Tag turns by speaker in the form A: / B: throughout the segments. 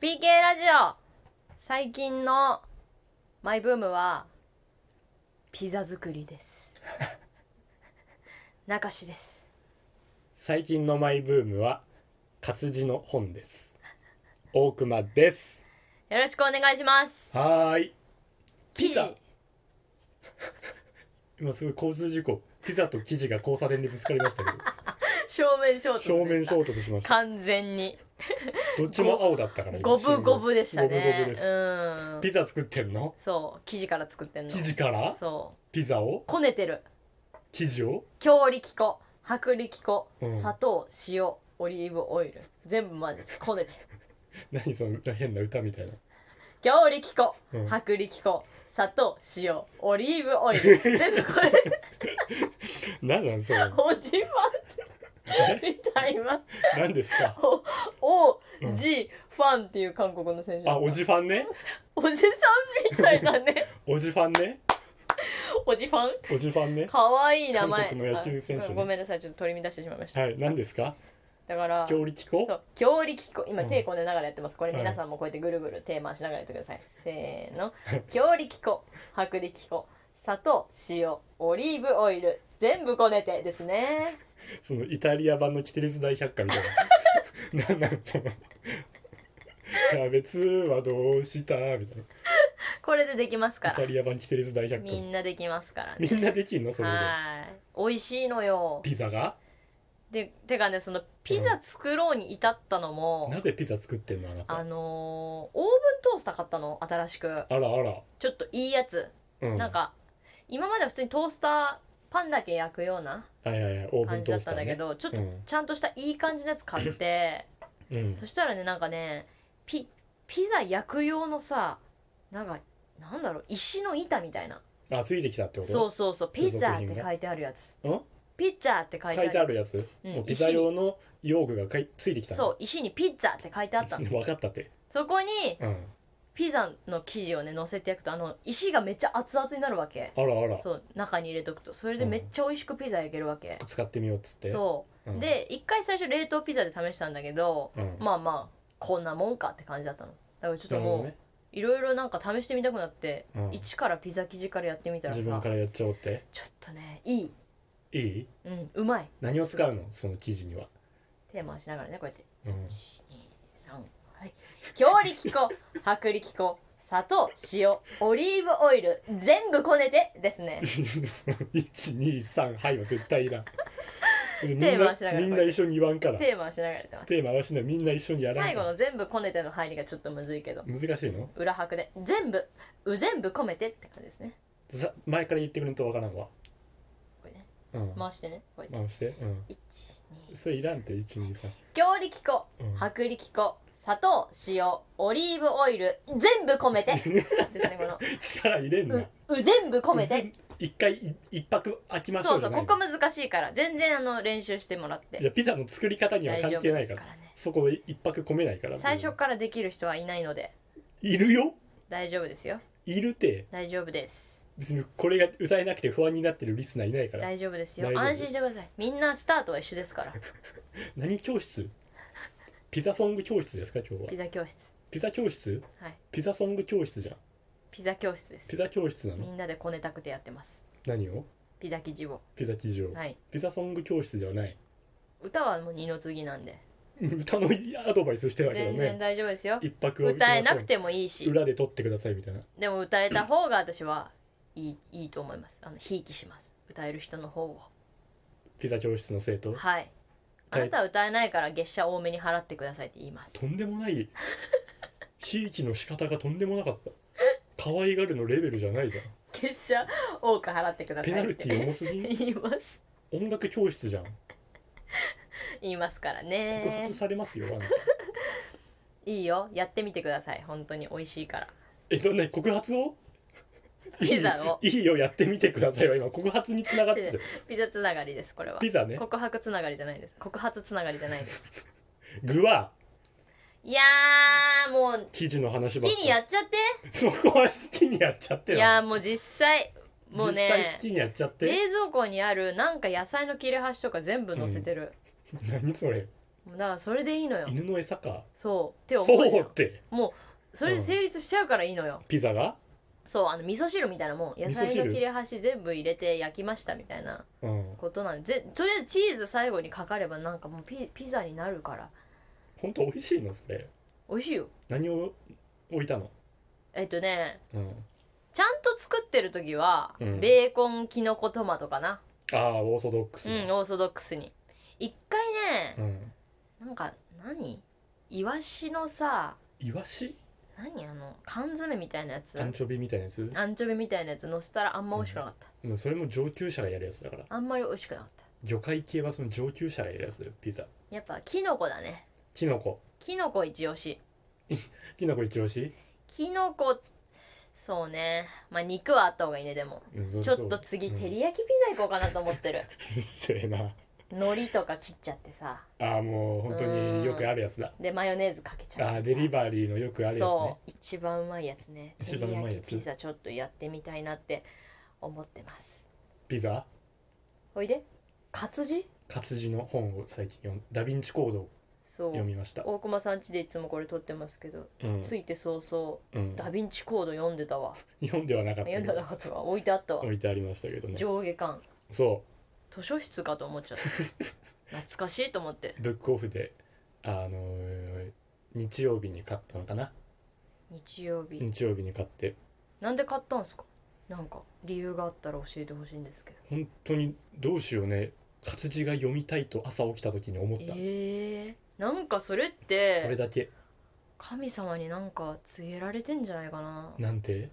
A: PK ラジオ最近のマイブームはピザ作り です。中志です。
B: 最近のマイブームは活字の本です大熊です
A: よろしくお願いします。
B: はーいピザ
A: 生地
B: 今すごい交通事故ピザと生地が交差点でぶつかりま したけど
A: 正面衝突でした。
B: 正面衝突しました
A: 完全に
B: どっちも青だったから
A: 五分五分でしたね。
B: 五分五分です
A: うん。
B: ピザ作ってんの
A: そう生地から作ってんの。
B: 生地から
A: そ
B: ピザを
A: うこねてる。
B: 生地を
A: 強力粉薄力粉、
B: うん
A: 砂糖塩オリーブオイル全部混ぜてこねて
B: 何その変な歌みたいな
A: 強力粉
B: うん
A: 薄力粉砂糖塩オリーブオイ ル全部これ
B: 何なんそれ
A: おじまんみたいな
B: 何ですか
A: O
B: うん
A: G ファンっていう韓国の選手
B: あおじファンね
A: おじさんみたいなね
B: おじファンね
A: おじファン
B: おじファンね
A: かわいい名前
B: 韓国の野球選手ね
A: あごめんなさいちょっと取り乱してしまいました
B: はい何ですか
A: だから
B: 強力粉
A: そう強力粉今
B: うん
A: 手こねながらやってますこれ
B: はい
A: 皆さんもこうやってぐるぐる手回しながらやってくださいせーの強力粉薄力粉砂糖塩オリーブオイル全部こねてですね
B: そのイタリア版のキテレツ大百科みたい な。なんなんその。キャベツはどうしたみたい
A: これでできますか
B: な。イタ
A: ら
B: リア版キテレツ大百科。
A: みんなできますから
B: み
A: ね
B: んなできんのそれで。
A: はい美味しいのよ
B: ピザが。
A: でてかねそのピザ作ろうに至ったのも、
B: なぜピザ作ってんのあなた。
A: あのーオーブントースター買ったの新しく
B: あらあら。
A: ちょっといいやつ、
B: うん。
A: なんか今までは普通にトースターパンだけ焼くような
B: はいはいはい。オーブ
A: 感
B: ン
A: じ
B: ト
A: だ
B: ー
A: っ
B: ス
A: たん
B: ター、
A: だけ
B: ね。
A: ど、ちょっと
B: うん
A: ちゃんとしたいい感じのやつ買って、
B: うん
A: そ。したらねなんかねピピザ焼く用のさなんかなんだろう石の板みたいな
B: あ、ついてきたってこと。
A: そうそうそうピ
B: 付
A: ザっ
B: 属品が
A: て書いてあるやつ
B: ん
A: ピッツァって書いて
B: 書
A: あ
B: い
A: る
B: てあるやつ。
A: うん
B: もうピザ用の用具がかいついてきたの。
A: そう石にピッツァって書いてあ ったの
B: 分かったって。
A: そこに
B: うん。
A: ピザの生地をね乗せて焼くとあの石がめっちゃ熱々になるわけ
B: あらあら。
A: そう中に入れとくとそれでめっちゃ美味しくピザ焼けるわけ、
B: 使ってみようっつって。。
A: そう
B: ん、
A: で一回最初冷凍ピザで試したんだけど、
B: うん。
A: まあまあこんなもんかって感じだったのだからちょっ
B: な
A: と
B: るほ
A: も
B: ど
A: う
B: ね
A: いろいろなんか試してみたくなって、
B: うん
A: 一からピザ生地からやってみたらさ
B: 自分からやっちゃおうって。
A: ちょっとねいい
B: いい？
A: うんうまい
B: 何を使うのその生地には。
A: 手回しながらねこうやって
B: うん。
A: 123はい強力 粉薄力粉砂糖塩オリーブオイル全部こねてですね
B: 123はいは絶対い らんみん
A: 手
B: な
A: 回しながら
B: みんな一緒に言わんから
A: 手回しながらやってます
B: 手回しながらみんな一緒にやらん
A: 最
B: か
A: 後
B: ら
A: の全部こねての入りがちょっとむずいけど
B: 難しいの
A: 裏拍で全部う全部込めてって感じですね
B: さ前から言ってくれんとわからんわ、
A: これね
B: うん、
A: 回してねこうやって
B: 回して、うん、
A: 一二
B: それいらんって123、
A: 強力粉
B: うん、
A: 薄力粉砂糖塩オリーブオイル全部込め てですねこの
B: 力入れんな、
A: うう全部込めて
B: 一回い一泊空きましょ
A: そうう
B: じ
A: そ
B: ゃ
A: う
B: ない
A: こ
B: の
A: こ難しいから全然あの練習してもらっ
B: いや
A: て
B: ピザの作り方には
A: 大丈
B: 関
A: 夫
B: 係ない
A: です
B: か
A: かららね
B: そこへ一泊込めないから
A: 最初からできる人はいないので
B: いるよ
A: 大丈夫ですよ
B: いるって
A: 大丈夫です
B: 別にこれが歌えなくて不安になってるリスナーいないから
A: 大丈夫ですよ
B: 大丈夫
A: 安心してくださいみんなスタートは一緒ですから
B: 何教室ピザソング教室ですか今日は
A: ピザ教室
B: ピザ教室
A: はい
B: ピザソング教室じゃん
A: ピザ教室です
B: ピザ教室なの、
A: みんなでこねたくてやってます
B: 何を
A: ピザ生地を
B: ピザ生地を、
A: はい
B: ピザソング教室ではない
A: 歌はもう二の次なんで
B: 歌のアドバイスしてたけど
A: 全然
B: ね
A: 大丈夫ですよ
B: 一泊を
A: 歌えなくてもいいし
B: 裏で撮ってくださいみたいな
A: でも歌えた方が私はいいいいと思います。あのひいきします。歌える人の方を。
B: ピザ教室の生徒
A: はい。あ
B: はい
A: なたは歌えないから月謝多めに払ってくださいって言います。
B: とんで もないひいきの仕方がとんでもなかった可愛がるのレベルじゃないじゃん
A: 月謝多く払ってくださ
B: ペナ
A: いっ
B: ルティー
A: て
B: 重すぎん
A: 言います。
B: 音楽教室じゃん
A: 言いますから
B: 告
A: ね
B: 発。されますよあんた
A: いいよ。やってみてください。本当に美味しいから。
B: えどんな告発を
A: ピザを
B: いいいいよやってみてくださいは今告発につながってる
A: ピザつながりです。これは。
B: ピザね
A: 告白つながりじゃないです。告発つながりじゃないです。
B: 具はい
A: やーもう
B: 生地の
A: 好
B: 話
A: き
B: ばっか
A: にやっちゃっ。
B: そこは好きにやっちゃってて
A: い
B: な
A: やーもう実際もう
B: 実際
A: ね
B: 好。きにやっちゃって
A: 冷蔵庫にあるなんか野菜の切れ端とか全部載せてる、
B: 何それ
A: だからそれでいいのよ
B: 犬の餌か
A: そうって思うじ
B: そ
A: ゃ
B: うんって
A: もうそれで成立しちゃうからいいのよ、
B: ピザが
A: そうあの味噌汁みたいなもん野菜
B: 味噌
A: の
B: 汁
A: 切れ端全部入れて焼きましたみたいな
B: うん
A: ことなんでぜとりあえずチーズ最後にかかればなんかもうピピザになるから
B: 本当美味しいのそれ
A: 美味しいよ
B: 何を置いたの
A: えっとね
B: うん
A: ちゃんと作ってる時は、
B: うん
A: ベーコンきのこトマトかな
B: ああオーソドックス
A: うん
B: な
A: オーソドックスに一回
B: う
A: ね、
B: ん
A: なんか何イワシのさ
B: イワシ
A: 何あの缶詰みたいなやつ
B: アンチョビみたいなやつ
A: アンチョビみたいなやつ乗せたらあんま美味しくなかった、
B: うんそれも上級者がやるやつだから
A: あんまり美味しくなかった
B: 魚介系はその上級者がやるやつだよピザ
A: やっぱキノコだね
B: キノコ
A: キノコ一押し
B: キノコ一押し
A: キノコそうねまあ肉はあった方がいいねでも
B: うんそう
A: ちょっと次
B: うん
A: 照り焼きピザ行こうかなと思って る
B: うっせえな
A: 海苔とか切っちゃってさ
B: ああもう本当によくあるやつだ
A: でマヨネーズかけち
B: あ
A: ゃってさ
B: ーデリバリーのよくあるやつね
A: そう一番うまいやつね
B: 一
A: 照
B: 番う
A: り
B: まいや
A: 焼
B: つ
A: きピザちょっとやってみたいなって思ってます
B: ピザ
A: おいで活字
B: 活字の本を最近読んダヴィンチコードを
A: そ
B: 読
A: う
B: みました
A: 大駒さん家でいつもこれ撮ってますけど、
B: うん
A: ついて早々
B: うん
A: ダヴィンチコード読んでたわ
B: 日本ではなかった
A: 読
B: け
A: んだ
B: ど
A: なかったわ置いてあったわ
B: 置いてありましたけどね
A: 上下巻
B: そ
A: 図書室かと思っちゃった 懐かしいと思って
B: うブックオフであのー日曜日に買ったのかな
A: 日曜日、
B: 日曜日に買って
A: なんで買ったんすかなんか理由があったら教えてほしいんですけど
B: 本当にどうしようね活字が読みたいと朝起きた時に思った、
A: えー、なんかそれっ
B: それ
A: て
B: だけ
A: 神様になんか告げられてんじゃないかな
B: なんて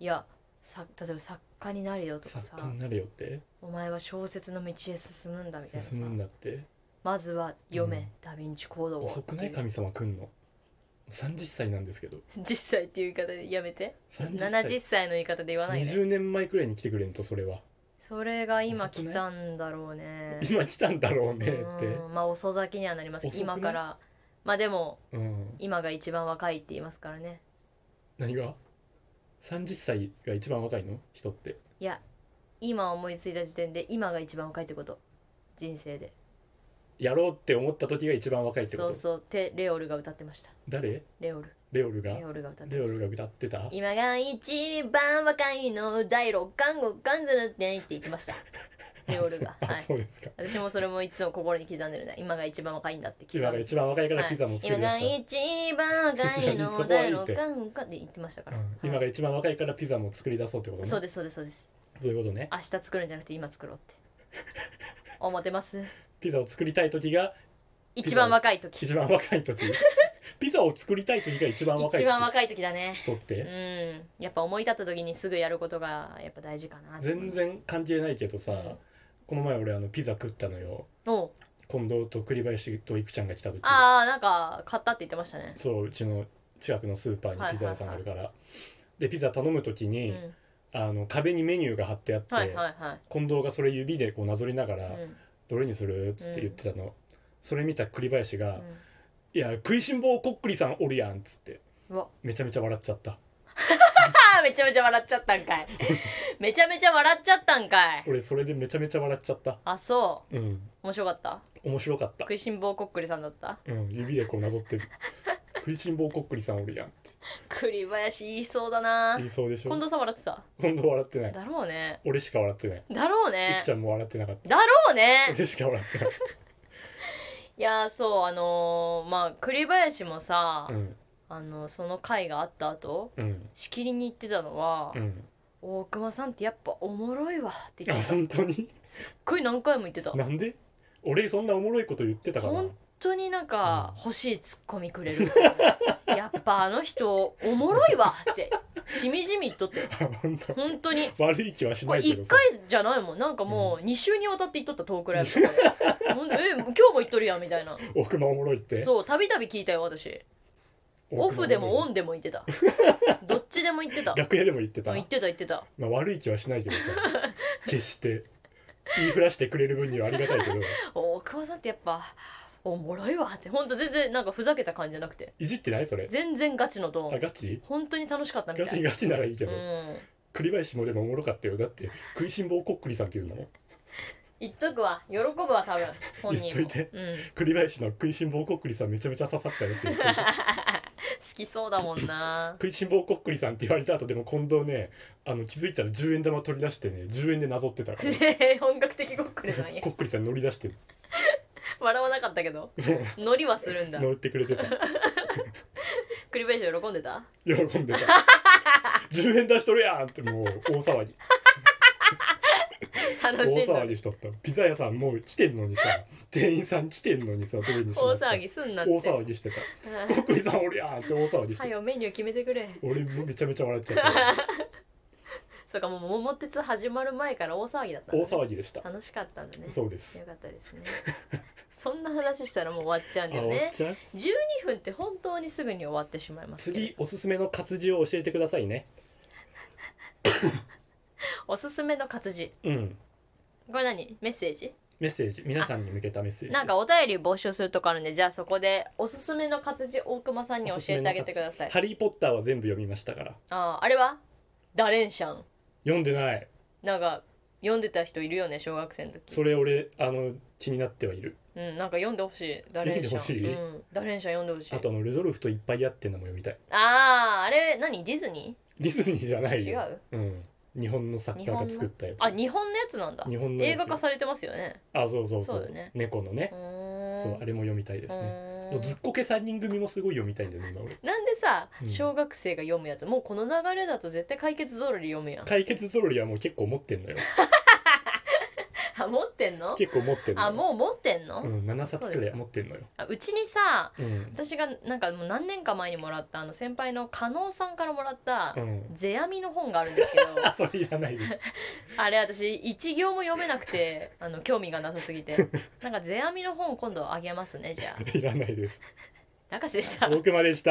A: いやさ例えば作家になれよとかさ
B: 作家になれよって
A: お前は小説の道へ進むんだみたいなさ
B: 進むんだって
A: まずは読め、
B: うん
A: ダヴィンチコードを
B: 遅く ない神様くんの30歳なんですけど
A: 10歳っていう言い方でやめて
B: 30歳
A: 70歳の言い方で言わないで
B: 20年前くらいに来てくれんとそれは
A: それが今
B: 遅
A: 来
B: くない
A: たんだろうね
B: 今来たんだろうねって
A: うんまあ遅咲きにはなりますけど
B: 遅くな
A: 今
B: い
A: からまあでも
B: うん
A: 今が一番若いって言いますからね
B: 何が30歳が一番若いの人って
A: いや今思いついた時点で今が一番若いってこと人生で
B: やろうって思った時が一番若いってこ
A: そ
B: と
A: うそうってレオルが歌ってました
B: 誰
A: レオル
B: レオルが
A: レオルが歌って
B: レオ
A: まし
B: ル
A: た
B: が歌ってた
A: 今が一番若いの第六巻五巻ずるって言ってましたレオル が
B: あ
A: はい
B: そうですか
A: 私もそれもいつも心に刻んでるね今が一番若いんだって刻ん
B: 今が
A: で
B: 一番若いからピザも作
A: 今
B: りま
A: が
B: した、
A: 一番若い
B: いやそ
A: の
B: こはい
A: 第
B: いっ
A: 六
B: て
A: 巻かって言ってましたか
B: う
A: ら、
B: ん今が一番若いからピザも作り出そうってことね
A: そうですそうですそうです
B: そういうことね
A: 明日作るんじゃなくて今作ろうって思ってます
B: ピザを作りたい時が
A: 一番若い時
B: 一番若い時ピザを作りたい時が一番若い
A: 一
B: 時
A: 番若い時だね
B: 人っ
A: う
B: て
A: んやっぱ思い立った時にすぐやることがやっぱ大事かなって思い
B: 全
A: ます
B: 然関係ないけどさ、
A: うん
B: この前俺あのピザ食ったのよ
A: おう
B: 近藤と栗林といくちゃんが来た時
A: ああなんか買ったって言ってましたね
B: そううちの近くのスーパーにピザ屋さんがあるから、でピザ頼む時
A: う
B: に、
A: ん
B: あの壁にメニューが貼ってあって、
A: はいはいはい
B: 近藤がそれ指でこうなぞりながら
A: う
B: 「
A: ん
B: どれにする?」っつって言ってたの、それ見た栗林が「
A: うん
B: いや食いしん坊こっくりさんおるやん」っつって
A: うわ
B: めちゃめちゃ笑っちゃった
A: あーめちゃめちゃ笑っちゃったん かいめちゃめちゃ笑っちゃったんかい
B: 俺それでめちゃめちゃ笑っちゃった
A: あそ
B: うん
A: う面白かった
B: 面白かった
A: 食いしん坊こっくりさんだった
B: うん、指でこうなぞってる食いしん坊こっくりさんおるやん
A: 栗林言いそうだな
B: 言いそうでしょ
A: 近藤さん笑ってた
B: 近藤笑ってない
A: だろうね
B: 俺しか笑ってない、
A: だろう
B: い
A: ね
B: くちゃんも笑ってなかっ
A: だろう
B: た
A: ね
B: 俺しか笑ってない、
A: いやーそうあのーまあ栗林もさ、
B: うん
A: あのその回があった後
B: うん
A: しきりに言ってたのは
B: う、ん
A: 大熊さんってやっぱおもろいわって言
B: あ
A: ってたすっ
B: 本当に
A: ごい何回も言ってた
B: なんで俺そんなおもろいこと言ってたかな
A: 本当になんか
B: うん
A: 欲しいツッコミくれるやっぱあの人おもろいわってしみじみ言っとって
B: あ本当
A: 本当に
B: 悪い気はし
A: こ
B: な
A: れ
B: いけ
A: 1
B: どさ
A: 回じゃないもんなんかもう2週にわたって言っとったトークライブとかでほんでえ今日も言っとるやんみたいな
B: 奥間おもろいって
A: そうたびたび聞いたよ私オフでもオ
B: ン
A: ンでも言ってたどっちでも言ってた
B: 楽屋でも言ってた、
A: 言ってた言ってた
B: まあ、悪い気はしないけ どさ決して言いふらしてくれる分にはありがたいけど
A: 大久保さんってやっぱおもろいわってほんと全然なんかふざけた感じじゃなくて
B: いじってないそれ
A: 全然ガチのトー
B: あ
A: ン
B: ガチ
A: 本当に楽しかったみ
B: ガ
A: たい
B: チガチならいいけ
A: う
B: ど、
A: ん
B: 栗林もでもおもろかったよだって食いしん坊こっくりさんっていうの
A: 言っとくわ喜ぶわ多分本人も
B: 言っといて
A: うん
B: 栗林の食いしん坊こっくりさんめちゃめちゃ刺さったよって言ってる
A: 好きそうだもんな
B: 食いしん坊こっくりさんって言われた後でも近藤ねあの気づいたら10円玉取り出してね10円でなぞって たから、
A: 本格的ごっくりなんや
B: こっくりさん乗り出して
A: 笑わなかったけ ど
B: そう
A: ノリはするんだ
B: 乗ってくれてた
A: 栗林喜んでた
B: 喜 んでた10円出しとるやんってもう大騒ぎ
A: 楽
B: 大
A: しんだ
B: 騒ぎしとったピザ屋さんもう来てんのにさ店員さん来てんのにさどれにし
A: 大
B: ますか
A: 騒ぎすんな
B: 大
A: って
B: 騒ぎしてたこっくりさんおるやんって大騒ぎし
A: は
B: てた
A: よメニュー決めてく れ
B: 俺もめちゃめちゃ笑っち ゃった
A: そうかもう桃鉄始まる前から大騒ぎだったん
B: 大
A: だね
B: 騒ぎでした
A: 楽しかったんだね
B: そうです
A: よかったですねそんな話したらもう終わっちゃうんだ
B: あ
A: よ
B: おっ
A: ね
B: ちゃん
A: 2分って本当にすぐに終わってしまいますけど
B: 次おすすめの活字を教えてくださいね
A: おすすめの活字
B: うん
A: これ何メッセージ
B: メッセージ皆さんに向けたメッセージです
A: なんかお便り募集するとかあるんでじゃあそこでおすすめの活字大熊さんに教
B: おすす
A: えて
B: めの
A: あ
B: 活
A: げ
B: 字
A: てください
B: ハリー・ポッターは全部読みましたから
A: あーあれはダレンシャン
B: 読んでない
A: なんか読んでた人いるよね小学生の時
B: それ俺あの気になってはいる
A: うんなんか読んでほしいダレンシャン
B: 読んでほしい
A: うん、ダレンシャン読んでほしい
B: あとあのルドルフといっぱいやってんのも読みたい
A: あーあれ何ディズニ
B: ディズニーじゃない
A: ー違
B: よ
A: う
B: うん、日本の作家が作ったやつ
A: あ日本のやつなんだ
B: 日本のや
A: 映
B: つ
A: 画化されてますよね
B: あそうそうそ
A: そ
B: う
A: うだよね
B: 猫のね
A: う、ーん
B: そうあれも読みたいです
A: う
B: ね、
A: ーん
B: もうずっこけ3人組もすごい読みたいんだよね今俺
A: なんでさ
B: うん
A: 小学生が読むやつ、もうこの流れだと絶対解決ぞろり読 むやん
B: 解決ゾロリはもう結構持ってんのよ
A: あ持ってんの
B: 結構持ってんのよ
A: あもう持ってんの、
B: う、ん、7冊くらい持ってんのよ
A: あうちにさ
B: うん、
A: 私がなんかもう何年か前にもらったあの先輩の加納さんからもらった
B: うん、
A: 世阿弥の本があるんですけど
B: あそれいらないです
A: あれ私一行も読めなくてあの興味がなさすぎてなんか世阿弥の本今度あげますねじゃあ
B: いらないです
A: 中志でした
B: 僕までした